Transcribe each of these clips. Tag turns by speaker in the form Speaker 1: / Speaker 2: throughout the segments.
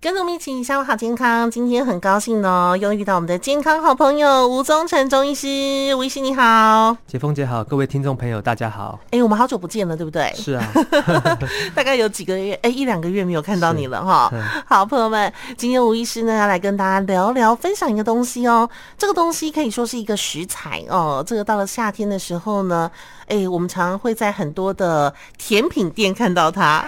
Speaker 1: 跟着我们一起下午好健康。今天很高兴哦，又遇到我们的健康好朋友吴宗成中医师，吴医师你好。
Speaker 2: 解封姐好，各位听众朋友大家好。
Speaker 1: 哎、我们好久不见了，对不对？
Speaker 2: 是 啊，
Speaker 1: 大概有几个月，哎、一两个月没有看到你了哈
Speaker 2: 嗯。
Speaker 1: 好，朋友们，今天吴医师呢要来跟大家聊聊，分享一个东西哦。这个东西可以说是一个食材哦。这个到了夏天的时候呢，哎、我们常常会在很多的甜品店看到它。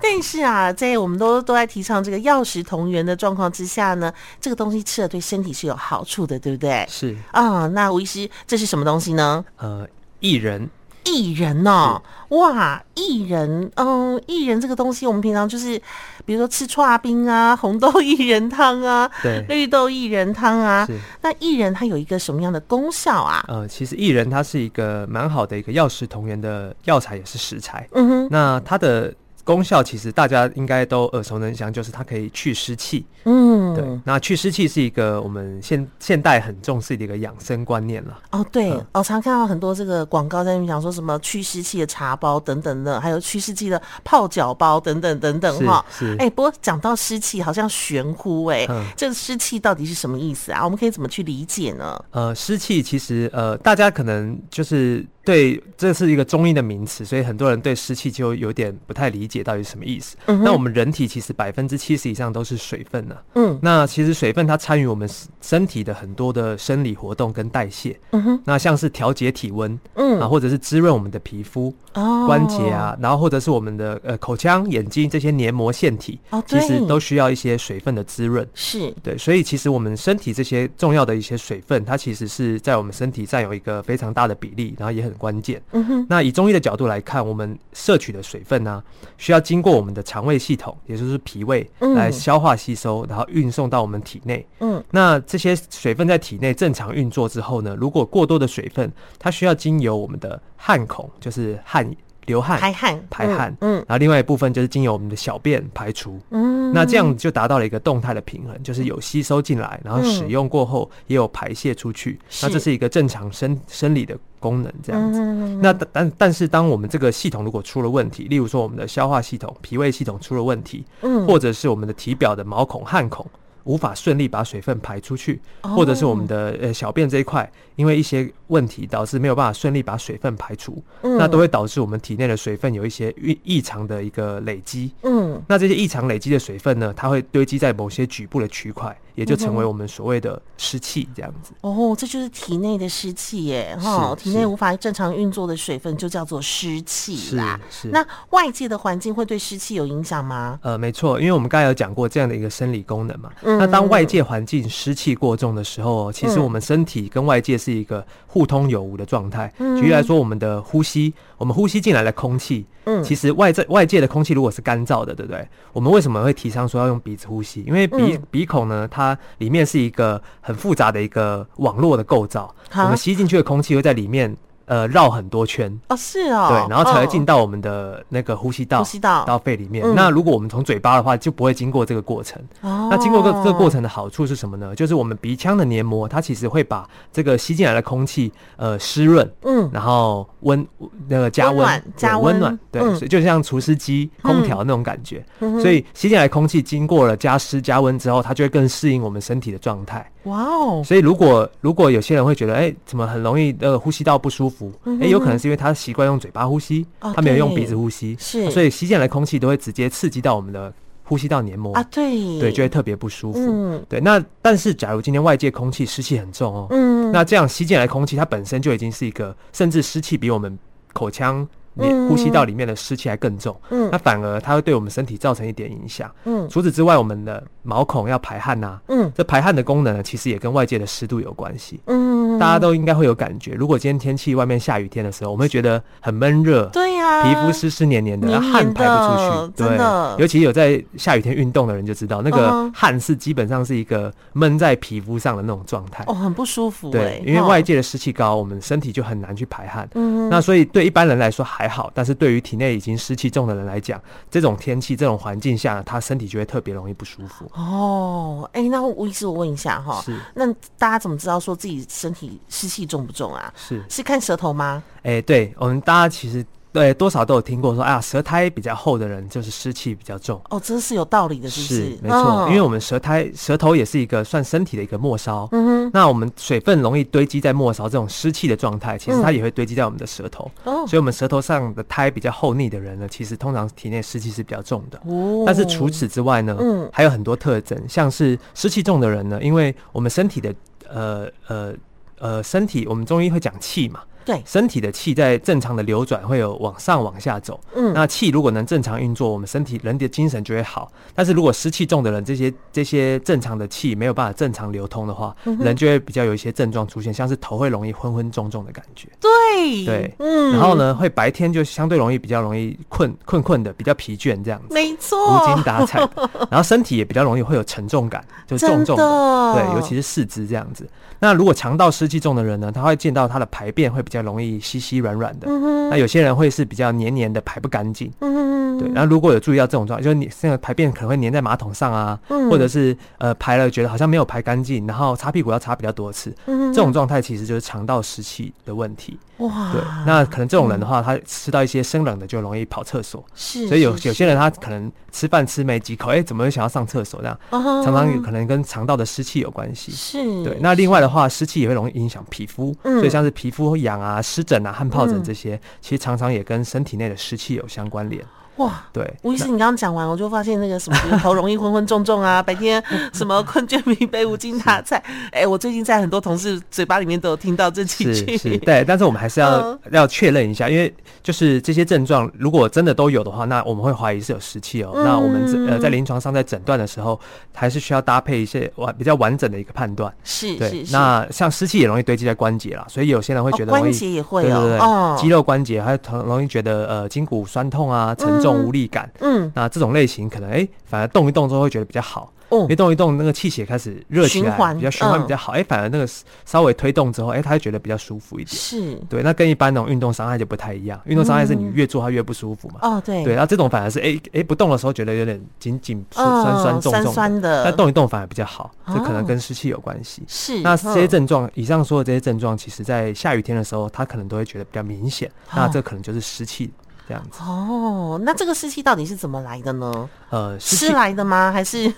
Speaker 1: 但是啊，在我们都都在提倡这个药食同源的状况之下呢，这个东西吃了对身体是有好处的，对不对？
Speaker 2: 是
Speaker 1: 啊、那吴医师，这是什么东西呢？
Speaker 2: 呃，薏仁
Speaker 1: 薏仁哦，哇，薏仁，嗯，薏仁这个东西，我们平常就是，比如说吃串冰啊，红豆薏仁汤啊，
Speaker 2: 对
Speaker 1: 绿豆薏仁汤啊。
Speaker 2: 是
Speaker 1: 那薏仁它有一个什么样的功效啊？
Speaker 2: 呃，其实薏仁它是一个蛮好的一个药食同源的药材，也是食材。
Speaker 1: 嗯哼，
Speaker 2: 那它的功效其实大家应该都耳熟能详，就是它可以去湿气。
Speaker 1: 嗯，
Speaker 2: 对，，那去湿气是一个我们现现代很重视的一个养生观念了。
Speaker 1: 哦，对，
Speaker 2: 嗯
Speaker 1: 哦，常看到很多这个广告在那边讲说什么去湿气的茶包等等的，还有去湿气的泡脚包等等等等
Speaker 2: 是
Speaker 1: 哈。
Speaker 2: 是
Speaker 1: 哎、不过讲到湿气，好像玄乎哎、
Speaker 2: 嗯
Speaker 1: 这个湿气到底是什么意思啊？我们可以怎么去理解呢？
Speaker 2: 呃，湿气其实呃，大家可能就是对这是一个中医的名词，所以很多人对湿气就有点不太理解到底是什么意思。
Speaker 1: 嗯哼
Speaker 2: 那我们人体其实百分之七十以上都是水分呢、
Speaker 1: 嗯
Speaker 2: 那其实水分它参与我们身体的很多的生理活动跟代谢，
Speaker 1: 嗯哼
Speaker 2: 那像是调节体温
Speaker 1: 嗯
Speaker 2: 啊，或者是滋润我们的皮肤、
Speaker 1: 哦
Speaker 2: 关节，啊，然后或者是我们的呃口腔、眼睛这些黏膜腺体
Speaker 1: 哦，
Speaker 2: 其实
Speaker 1: 对
Speaker 2: 都需要一些水分的滋润。
Speaker 1: 是
Speaker 2: 对，所以其实我们身体这些重要的一些水分，它其实是在我们身体占有一个非常大的比例，然后也很关键。
Speaker 1: 嗯哼
Speaker 2: 那以中医的角度来看，我们摄取的水分呢、需要经过我们的肠胃系统，也就是脾胃
Speaker 1: 嗯
Speaker 2: 来消化吸收，然后运送到我们体内。
Speaker 1: 嗯
Speaker 2: 那这些水分在体内正常运作之后呢，如果过多的水分，它需要经由我们的汗孔，就是汗流汗，
Speaker 1: 排汗
Speaker 2: 排汗
Speaker 1: 嗯
Speaker 2: 然后另外一部分就是经由我们的小便排出。
Speaker 1: 嗯
Speaker 2: 那这样就达到了一个动态的平衡，就是有吸收进来，然后使用过后也有排泄出去。
Speaker 1: 嗯是
Speaker 2: 那这是一个正常生生理的功能，这样子。
Speaker 1: 嗯
Speaker 2: 那但但但是，当我们这个系统如果出了问题，例如说我们的消化系统、脾胃系统出了问题，
Speaker 1: 嗯
Speaker 2: 或者是我们的体表的毛孔、汗孔无法顺利把水分排出去，或者是我们的呃小便这一块因为一些问题导致没有办法顺利把水分排除，
Speaker 1: 嗯
Speaker 2: 那都会导致我们体内的水分有一些异异常的一个累积。
Speaker 1: 嗯
Speaker 2: 那这些异常累积的水分呢，它会堆积在某些局部的区块，也
Speaker 1: 嗯
Speaker 2: 就成为我们所谓的湿气这样子。
Speaker 1: 哦，这就是体内的湿气耶哈，
Speaker 2: 是
Speaker 1: 体内无法正常运作的水分就叫做湿气啦。
Speaker 2: 是
Speaker 1: 那外界的环境会对湿气有影响吗？
Speaker 2: 呃，没错，因为我们刚才有讲过这样的一个生理功能嘛。那当外界环境湿气过重的时候哦，其实
Speaker 1: 嗯
Speaker 2: 我们身体跟外界是一个互通有无的状态。
Speaker 1: 嗯
Speaker 2: 举例来说，我们的呼吸，我们呼吸进来的空气，
Speaker 1: 嗯
Speaker 2: 其实外在外界的空气如果是干燥的，对不对？我们为什么会提倡说要用鼻子呼吸？因为鼻、
Speaker 1: 嗯
Speaker 2: 鼻孔呢，它里面是一个很复杂的一个网络的构造，
Speaker 1: 好
Speaker 2: 我们吸进去的空气会在里面呃绕很多圈。
Speaker 1: 哦，是哦，
Speaker 2: 对，然后才会进
Speaker 1: 哦
Speaker 2: 到我们的那个呼吸道，
Speaker 1: 呼吸道
Speaker 2: 到肺里面。
Speaker 1: 嗯
Speaker 2: 那如果我们从嘴巴的话，就不会经过这个过程。
Speaker 1: 哦
Speaker 2: 那经过这这个过程的好处是什么呢？就是我们鼻腔的黏膜，它其实会把这个吸进来的空气，呃，湿润。
Speaker 1: 嗯
Speaker 2: 然后温那个加
Speaker 1: 温
Speaker 2: 温
Speaker 1: 暖
Speaker 2: 对
Speaker 1: 加温
Speaker 2: 温暖，对，
Speaker 1: 嗯
Speaker 2: 所以就像除湿机、空调那种感觉。
Speaker 1: 嗯哼
Speaker 2: 所以吸进来的空气经过了加湿加温之后，它就会更适应我们身体的状态。
Speaker 1: 哇哦，
Speaker 2: 所以如果如果有些人会觉得，哎、怎么很容易呃呼吸道不舒服？哎、
Speaker 1: 嗯哼
Speaker 2: 有可能是因为他习惯用嘴巴呼吸，
Speaker 1: 哦
Speaker 2: 他没有用
Speaker 1: 对
Speaker 2: 鼻子呼吸，
Speaker 1: 是
Speaker 2: 所以吸进来的空气都会直接刺激到我们的呼吸道黏膜，
Speaker 1: 啊对
Speaker 2: 对，就会特别不舒服。
Speaker 1: 嗯
Speaker 2: 对，那但是假如今天外界空气湿气很重哦，
Speaker 1: 嗯
Speaker 2: 那这样吸进来的空气它本身就已经是一个，甚至湿气比我们口腔。
Speaker 1: 嗯
Speaker 2: 黏呼吸道里面的湿气还更重，
Speaker 1: 嗯
Speaker 2: 那反而它会对我们身体造成一点影响。
Speaker 1: 嗯
Speaker 2: 除此之外，我们的毛孔要排汗呐、啊
Speaker 1: 嗯
Speaker 2: 这排汗的功能呢，其实也跟外界的湿度有关系。
Speaker 1: 嗯，
Speaker 2: 大家都应该会有感觉，如果今天天气外面下雨天的时候，我们会觉得很闷热，
Speaker 1: 对呀，
Speaker 2: 皮肤湿湿黏黏的，
Speaker 1: 黏黏的
Speaker 2: 汗排不出去。
Speaker 1: 真的
Speaker 2: 对，尤其有在下雨天运动的人就知道，那
Speaker 1: 嗯
Speaker 2: 个
Speaker 1: 哼
Speaker 2: 汗是基本上是一个闷在皮肤上的那种状态。
Speaker 1: 哦很不舒服哎
Speaker 2: 对，，因为外
Speaker 1: 哦
Speaker 2: 界的湿气高，我们身体就很难去排汗。
Speaker 1: 嗯
Speaker 2: 那所以对一般人来说还好，但是对于体内已经湿气重的人来讲，这种天气、这种环境下，他身体就会特别容易不舒服。
Speaker 1: 哦，哎、那吴医师，我问一下哈，
Speaker 2: 是
Speaker 1: 那大家怎么知道说自己身体湿气重不重啊？
Speaker 2: 是，
Speaker 1: 是看舌头吗？
Speaker 2: 哎、对我们大家其实对多少都有听过说啊，舌苔比较厚的人就是湿气比较重。
Speaker 1: 哦，真是有道理的，是不是？
Speaker 2: 没错，
Speaker 1: 嗯
Speaker 2: 因为我们舌苔、舌头也是一个算身体的一个末梢。
Speaker 1: 嗯哼，
Speaker 2: 那我们水分容易堆积在末梢这种湿气的状态，其实它也会堆积在我们的舌头，
Speaker 1: 嗯哦
Speaker 2: 所以我们舌头上的苔比较厚腻的人呢，其实通常体内湿气是比较重的。
Speaker 1: 哦
Speaker 2: 但是除此之外呢，
Speaker 1: 嗯
Speaker 2: 还有很多特征，像是湿气重的人呢，因为我们身体的呃呃呃身体，我们中医会讲气嘛，
Speaker 1: 对，
Speaker 2: 身体的气在正常的流转会有往上往下走，
Speaker 1: 嗯
Speaker 2: 那气如果能正常运作，我们身体人的精神就会好。但是如果湿气重的人，这些这些正常的气没有办法正常流通的话，
Speaker 1: 嗯
Speaker 2: 人就会比较有一些症状出现，像是头会容易昏昏重重的感觉，
Speaker 1: 对
Speaker 2: 对
Speaker 1: 嗯，
Speaker 2: 然后？呢，会白天就相对容易比较容易困困困的，比较疲倦这样子。
Speaker 1: 没
Speaker 2: 无
Speaker 1: 错
Speaker 2: 精，打采的，然后身体也比较容易会有沉重感，就是重重
Speaker 1: 哦真的
Speaker 2: 对，尤其是四肢这样子。那如果肠道湿气重的人呢，他会见到他的排便会比较容易稀稀软软的，
Speaker 1: 嗯哼，
Speaker 2: 那有些人会是比较黏黏的，排不干净。
Speaker 1: 嗯哼，
Speaker 2: 哎对，然后如果有注意到这种状况，就是你那个排便可能会粘在马桶上啊，
Speaker 1: 嗯
Speaker 2: 或者是呃排了觉得好像没有排干净，然后擦屁股要擦比较多次，
Speaker 1: 嗯
Speaker 2: 这种状态其实就是肠道湿气的问题。
Speaker 1: 哇，
Speaker 2: 对，那可能这种人的
Speaker 1: 嗯
Speaker 2: 话，他吃到一些生冷的就容易跑厕所，
Speaker 1: 是，
Speaker 2: 所以有
Speaker 1: 是
Speaker 2: 有些人他可能吃饭吃没几口，哎，怎么会想要上厕所这样？
Speaker 1: 常
Speaker 2: 常常有可能跟肠道的湿气有关系。
Speaker 1: 嗯是，
Speaker 2: 对，那另外的话，湿气也会容易影响皮肤，
Speaker 1: 嗯
Speaker 2: 所以像是皮肤痒啊、湿疹啊、汗疱疹
Speaker 1: 嗯
Speaker 2: 这些，其实常常也跟身体内的湿气有相关联。
Speaker 1: 哇。
Speaker 2: 对，
Speaker 1: 吴医师，你刚刚讲完，我就发现那个什么，比如头容易昏昏重重啊，白天什么困倦疲惫、无精打采。哎，我最近在很多同事嘴巴里面都有听到这几
Speaker 2: 是
Speaker 1: 句。
Speaker 2: 是，对，但是我们还是要、
Speaker 1: 嗯
Speaker 2: 要确认一下，因为就是这些症状，如果真的都有的话，那我们会怀疑是有湿气哦。那我们
Speaker 1: 嗯
Speaker 2: 在呃在临床上在诊断的时候，还是需要搭配一些完比较完整的一个判断。
Speaker 1: 是
Speaker 2: 对
Speaker 1: 是，是，
Speaker 2: 那像湿气也容易堆积在关节啦，所以有些人会
Speaker 1: 哦
Speaker 2: 觉得容易、
Speaker 1: 关节也会
Speaker 2: 对对对，
Speaker 1: 哦，
Speaker 2: 肌肉关节还有疼容易觉得呃筋骨酸痛啊、沉
Speaker 1: 嗯
Speaker 2: 重无力感。
Speaker 1: 嗯
Speaker 2: 那这种类型可能哎、反而动一动之后会觉得比较好，
Speaker 1: 哦
Speaker 2: 一动一动那个气血开始热起
Speaker 1: 循
Speaker 2: 来，
Speaker 1: 环
Speaker 2: 比较循环
Speaker 1: 嗯
Speaker 2: 比较好，哎、反而那个稍微推动之后，哎、他会觉得比较舒服一点。
Speaker 1: 是
Speaker 2: 对，那跟一般那种运动伤害就不太一样，运动伤害是你越做它越不舒服嘛。
Speaker 1: 哦，对嗯
Speaker 2: 对，，那这种反而是哎哎、不动的时候觉得有点紧紧酸酸酸重重
Speaker 1: 哦酸酸的
Speaker 2: 但动一动反而比较好，这可能
Speaker 1: 哦
Speaker 2: 跟湿气有关系。
Speaker 1: 是
Speaker 2: 那这些
Speaker 1: 嗯
Speaker 2: 症状，以上说的这些症状，其实在下雨天的时候，他可能都会觉得比较明显。那这可能就是湿气这样子。
Speaker 1: 哦，那这个湿气到底是怎么来的呢？
Speaker 2: 呃，湿
Speaker 1: 吃
Speaker 2: 气
Speaker 1: 来的吗？还 是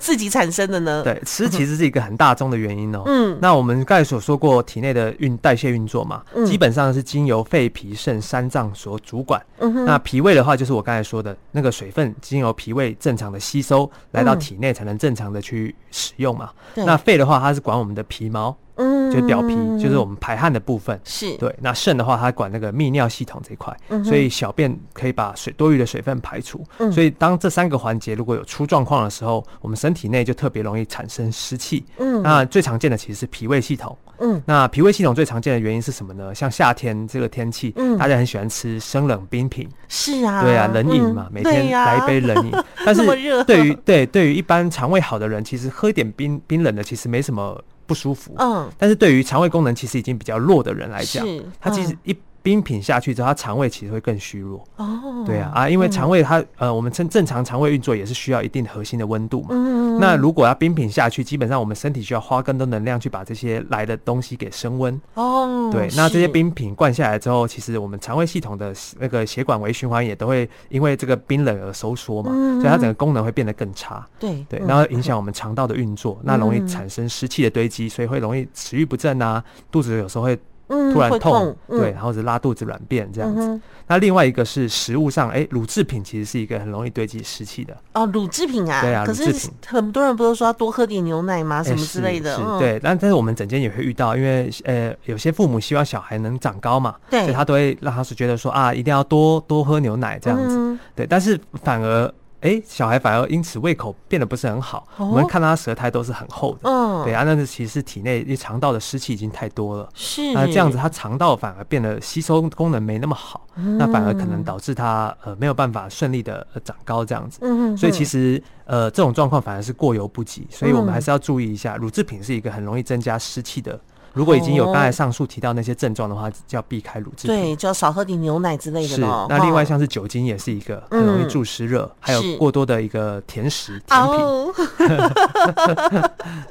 Speaker 1: 自己产生的呢？，
Speaker 2: 对湿其实是一个很大宗的原因哦。
Speaker 1: 嗯，
Speaker 2: 那我们刚才所说过，体内的运代谢运作嘛，
Speaker 1: 嗯
Speaker 2: 基本上是经由肺、脾、肾三脏所主管。
Speaker 1: 嗯哼，
Speaker 2: 那脾胃的话，就是我刚才说的那个水分经由脾胃正常的吸收，来到
Speaker 1: 嗯
Speaker 2: 体内才能正常的去使用嘛。
Speaker 1: 对
Speaker 2: 那肺的话，它是管我们的皮毛，
Speaker 1: 嗯
Speaker 2: 就是表皮，就是我们排汗的部分。
Speaker 1: 是
Speaker 2: 对，那肾的话，它管那个泌尿系统这一块，所以小便可以把水多余的水分排除。
Speaker 1: 嗯
Speaker 2: 所以当这三个环节如果有出状况的时候，我们身体内就特别容易产生湿气。
Speaker 1: 嗯
Speaker 2: 那最常见的其实是脾胃系统。
Speaker 1: 嗯，
Speaker 2: 那脾胃系统最常见的原因是什么呢？像夏天这个天气，
Speaker 1: 嗯
Speaker 2: 大家很喜欢吃生冷冰品，
Speaker 1: 是啊，
Speaker 2: 对啊，冷饮嘛，
Speaker 1: 嗯
Speaker 2: 每
Speaker 1: 对
Speaker 2: 天
Speaker 1: 呀
Speaker 2: 来一 杯冷饮。但
Speaker 1: 那么热
Speaker 2: 是对于对对于一般肠胃好的人，其实喝一点冰冰冷的其实没什么不舒服。
Speaker 1: 嗯，
Speaker 2: 但是对于肠胃功能其实已经比较弱的人来讲
Speaker 1: 是，
Speaker 2: 他其实
Speaker 1: 嗯
Speaker 2: 一冰品下去之后，他肠胃其实会更虚弱。
Speaker 1: 哦，
Speaker 2: 对啊，，啊，因为肠胃它呃，我们正正常肠胃运作也是需要一定核心的温度嘛。
Speaker 1: 嗯，
Speaker 2: 那如果要冰品下去，基本上我们身体需要花更多能量去把这些来的东西给升温。
Speaker 1: 哦，
Speaker 2: 对，那这些
Speaker 1: 是
Speaker 2: 冰品灌下来之后，其实我们肠胃系统的那个血管微循环也都会因为这个冰冷而收缩嘛，
Speaker 1: 嗯
Speaker 2: 所以它整个功能会变得更差。
Speaker 1: 对
Speaker 2: 对，
Speaker 1: 嗯
Speaker 2: 然后影响我们肠道的运作，那容易
Speaker 1: 嗯
Speaker 2: 产生湿气的堆积，所以会容易食欲不振啊，肚子有时候会
Speaker 1: 嗯
Speaker 2: 突然
Speaker 1: 会
Speaker 2: 痛，
Speaker 1: 嗯
Speaker 2: 对，然后是拉肚子、软便这样子。
Speaker 1: 嗯哼
Speaker 2: 那另外一个是食物上，哎，乳制品其实是一个很容易堆积湿气的，
Speaker 1: 哦，乳制品啊，
Speaker 2: 对啊
Speaker 1: 可
Speaker 2: 乳制
Speaker 1: 是
Speaker 2: 品
Speaker 1: 很多人不是说要多喝点牛奶吗？
Speaker 2: 哎
Speaker 1: 什么之类的，
Speaker 2: 是是
Speaker 1: 嗯，
Speaker 2: 对。但但是我们整间也会遇到，因为呃，有些父母希望小孩能长高嘛，
Speaker 1: 对
Speaker 2: 所以他都会让他是觉得说啊，一定要多多喝牛奶这样子，
Speaker 1: 嗯
Speaker 2: 对。但是反而哎，小孩反而因此胃口变得不是很好，
Speaker 1: 哦
Speaker 2: 我们看他舌苔都是很厚的，
Speaker 1: 嗯，
Speaker 2: 对啊，那是其实是体内因为肠道的湿气已经太多了。
Speaker 1: 是
Speaker 2: 那这样子，，它肠道反而变得吸收功能没那么好，那反而可
Speaker 1: 嗯
Speaker 2: 能导致它呃没有办法顺利的、呃、长高这样子。
Speaker 1: 嗯，
Speaker 2: 所以其
Speaker 1: 实
Speaker 2: 实呃这种状况反而是过犹不及，所以我
Speaker 1: 嗯
Speaker 2: 们还是要注意一下，乳制品是一个很容易增加湿气的如果已经有刚才上述提到那些症状的话，就要避开乳制品。
Speaker 1: 哦对，就要少喝点牛奶之类的
Speaker 2: 是，
Speaker 1: 咯。
Speaker 2: 那另外
Speaker 1: 哦
Speaker 2: 像是酒精也是一个很容易
Speaker 1: 嗯
Speaker 2: 助湿热，还有
Speaker 1: 是
Speaker 2: 过多的一个甜食、甜品，
Speaker 1: 哦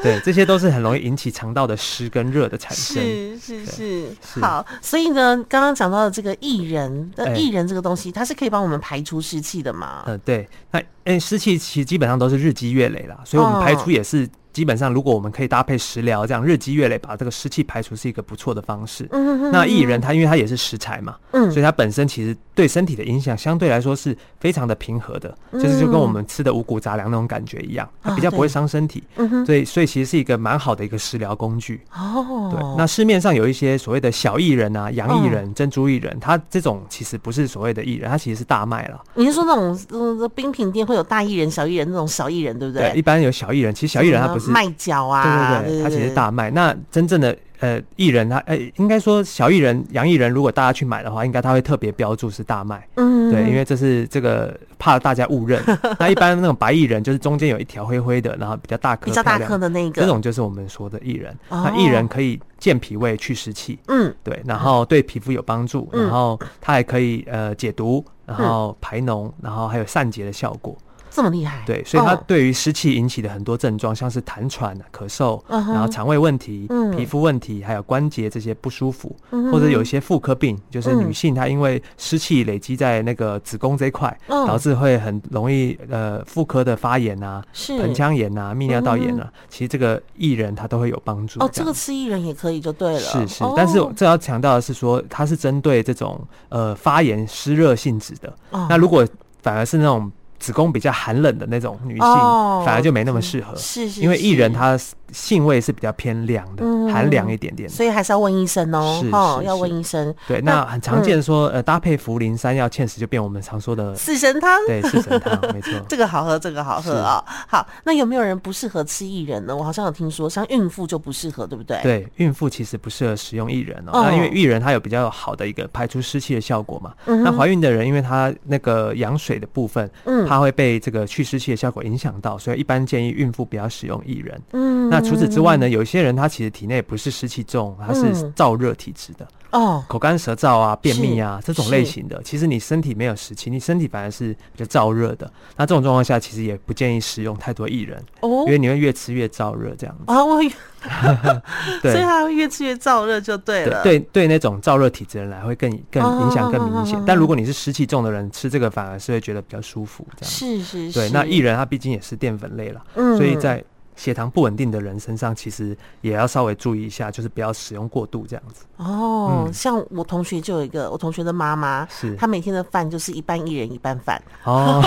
Speaker 2: 对，这些都是很容易引起肠道的湿跟热的产生。
Speaker 1: 是是是，
Speaker 2: 是
Speaker 1: 好，所以呢，刚刚讲到的这个薏仁，那
Speaker 2: 哎
Speaker 1: 薏仁这个东西，它是可以帮我们排出湿气的嘛？
Speaker 2: 嗯，对，那诶湿气其实基本上都是日积月累啦，所以我们排
Speaker 1: 哦
Speaker 2: 出也是、基本上，如果我们可以搭配食疗，这样日积月累把这个湿气排除是一个不错的方式。
Speaker 1: 嗯哼
Speaker 2: 那薏仁它因为它也是食材嘛，
Speaker 1: 嗯
Speaker 2: 所以它本身其实对身体的影响相对来说是非常的平和的，就是就跟
Speaker 1: 嗯
Speaker 2: 我们吃的五谷杂粮那种感觉一样，它比较不会伤身体。
Speaker 1: 啊嗯哼，
Speaker 2: 所以，所以其实是一个蛮好的一个食疗工具。
Speaker 1: 哦，嗯
Speaker 2: 对，那市面上有一些所谓的小薏仁啊、洋薏仁、珍珠薏仁，它这种其实不是所谓的薏仁，它其实是大麦了。
Speaker 1: 你是说那种呃冰品店会有大薏仁、小薏仁那种小薏仁，对不
Speaker 2: 对，一？般有小薏仁，其实小薏仁它不
Speaker 1: 什
Speaker 2: 是
Speaker 1: 么麦角啊，
Speaker 2: 对
Speaker 1: 对
Speaker 2: 对对，
Speaker 1: 对，
Speaker 2: 它其实是大麦。那真正的呃薏仁，它呃应该说小薏仁、洋薏仁，如果大家去买的话，应该它会特别标注是大麦。
Speaker 1: 嗯，
Speaker 2: 对，因为这是这个怕大家误认。 那一般那种白薏仁就是中间有一条灰灰的，然后比较大颗、
Speaker 1: 比较大
Speaker 2: 漂亮
Speaker 1: 颗的那个，
Speaker 2: 这种就是我们说的薏仁。
Speaker 1: 哦
Speaker 2: 那薏仁可以健脾胃、去湿气，
Speaker 1: 嗯
Speaker 2: 对，然后对皮肤有帮助，
Speaker 1: 嗯
Speaker 2: 然后它还可以呃解毒，然后排脓，然后还有散结的效果。
Speaker 1: 这么厉害，
Speaker 2: 对，所以它
Speaker 1: 哦
Speaker 2: 对于湿气引起的很多症状，像是痰喘、啊咳嗽，
Speaker 1: 嗯哼
Speaker 2: 然后肠胃问题、
Speaker 1: 嗯
Speaker 2: 皮肤问题，还有关节这些不舒服，
Speaker 1: 嗯哼
Speaker 2: 或者有一些妇科病，就是
Speaker 1: 嗯
Speaker 2: 女性她因为湿气累积在那个子宫这一块，
Speaker 1: 嗯
Speaker 2: 导致会很容易呃妇科的发炎啊、
Speaker 1: 是
Speaker 2: 盆腔炎啊、泌尿道炎啊，其实这个薏仁它都会有帮助。
Speaker 1: 嗯哦，这
Speaker 2: 样
Speaker 1: 个吃薏仁也可以就对了，
Speaker 2: 是是
Speaker 1: 哦，
Speaker 2: 但是这要强调的是说，它是针对这种呃发炎湿热性质的。
Speaker 1: 哦
Speaker 2: 那如果反而是那种子宫比较寒冷的那种女性，
Speaker 1: 哦
Speaker 2: 反而就没那么适合，
Speaker 1: 是是，
Speaker 2: 因为薏仁
Speaker 1: 是
Speaker 2: 它性味是比较偏凉的，
Speaker 1: 嗯
Speaker 2: 寒凉一点点的。
Speaker 1: 所以还是要问医生哦
Speaker 2: 是，
Speaker 1: 哦，
Speaker 2: 是
Speaker 1: 要
Speaker 2: 是
Speaker 1: 问医生。
Speaker 2: 对，
Speaker 1: 那嗯
Speaker 2: 那很常见说，呃，搭配茯苓山药芡实，就变我们常 说的
Speaker 1: 四神汤，
Speaker 2: 对四神汤，没错。
Speaker 1: 这个好喝，这个好喝啊、好，那有没有人不适合吃薏仁呢？我好像有听说，像孕妇就不适合，对不对？，
Speaker 2: 对，孕妇其实不适合食用薏仁哦，
Speaker 1: 哦
Speaker 2: 那因为薏仁它有比较好的一个排出湿气的效果嘛。
Speaker 1: 嗯哼
Speaker 2: 那怀孕的人，因为她那个羊水的部分，
Speaker 1: 嗯
Speaker 2: 它会被这个去湿气的效果影响到，所以一般建议孕妇不要使用薏仁。
Speaker 1: 嗯
Speaker 2: 那除此之外呢，有一些人他其实体内不是湿气重，他是
Speaker 1: 嗯
Speaker 2: 燥热体质的，
Speaker 1: 哦，
Speaker 2: 口干舌燥啊、便秘啊
Speaker 1: 是
Speaker 2: 这种类型的，其实你身体没有湿气，你身体反而是比较燥热的。那这种状况下，其实也不建议食用太多薏仁，
Speaker 1: 哦
Speaker 2: 因为你会越吃越燥热这样子。
Speaker 1: 啊，我以为哦所以
Speaker 2: 对。
Speaker 1: 它会越吃越燥热就对
Speaker 2: 对
Speaker 1: 了。
Speaker 2: 对对，那种燥热体质的人来会更更影响更明显
Speaker 1: 哦。
Speaker 2: 但如果你是湿气重的人，吃这个反而是会觉得比较舒服这样。
Speaker 1: 是是是。
Speaker 2: 对，那薏仁它毕竟也是淀粉类了，
Speaker 1: 嗯
Speaker 2: 所以在血糖不稳定的人身上，其实也要稍微注意一下，就是不要使用过度这样子。
Speaker 1: 哦，像我同学就有一个，我同学的妈妈，
Speaker 2: 嗯是
Speaker 1: 她每天的饭就是一半薏仁一半饭，
Speaker 2: 哦，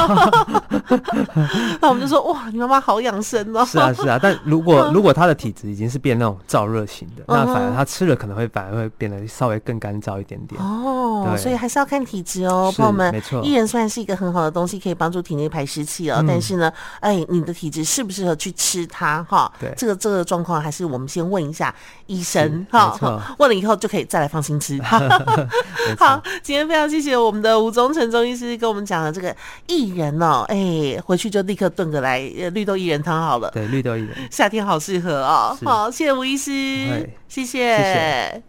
Speaker 1: 那我们就 说哇，你妈妈好养生哦。
Speaker 2: 是啊，是啊。但如果如果他的体质已经是变那种燥热型的，那反而他吃了可能会反而会变得稍微更干燥一点点。
Speaker 1: 哦，
Speaker 2: 对
Speaker 1: 所以还是要看体质哦，
Speaker 2: 是
Speaker 1: 朋友们。
Speaker 2: 没错嗯
Speaker 1: 薏仁虽然是一个很好的东西，可以帮助体内排湿气哦，但是呢，哎，你的体质适不适合去吃它哈？
Speaker 2: 对
Speaker 1: 这个这个状况还是我们先问一下医生
Speaker 2: 是
Speaker 1: 哈
Speaker 2: 没错，
Speaker 1: 问了以后就可以再来放心吃。哈
Speaker 2: 没错
Speaker 1: 好，，今天非常谢谢我们的吴宗成中医师跟我们讲的这个薏仁哦，哎，回去就立刻炖个来呃绿豆薏仁汤好了，
Speaker 2: 对绿豆薏仁。
Speaker 1: 夏天好适合哦。
Speaker 2: 是
Speaker 1: 好，谢谢吴医
Speaker 2: 不
Speaker 1: 师
Speaker 2: 会，
Speaker 1: 谢谢。
Speaker 2: 谢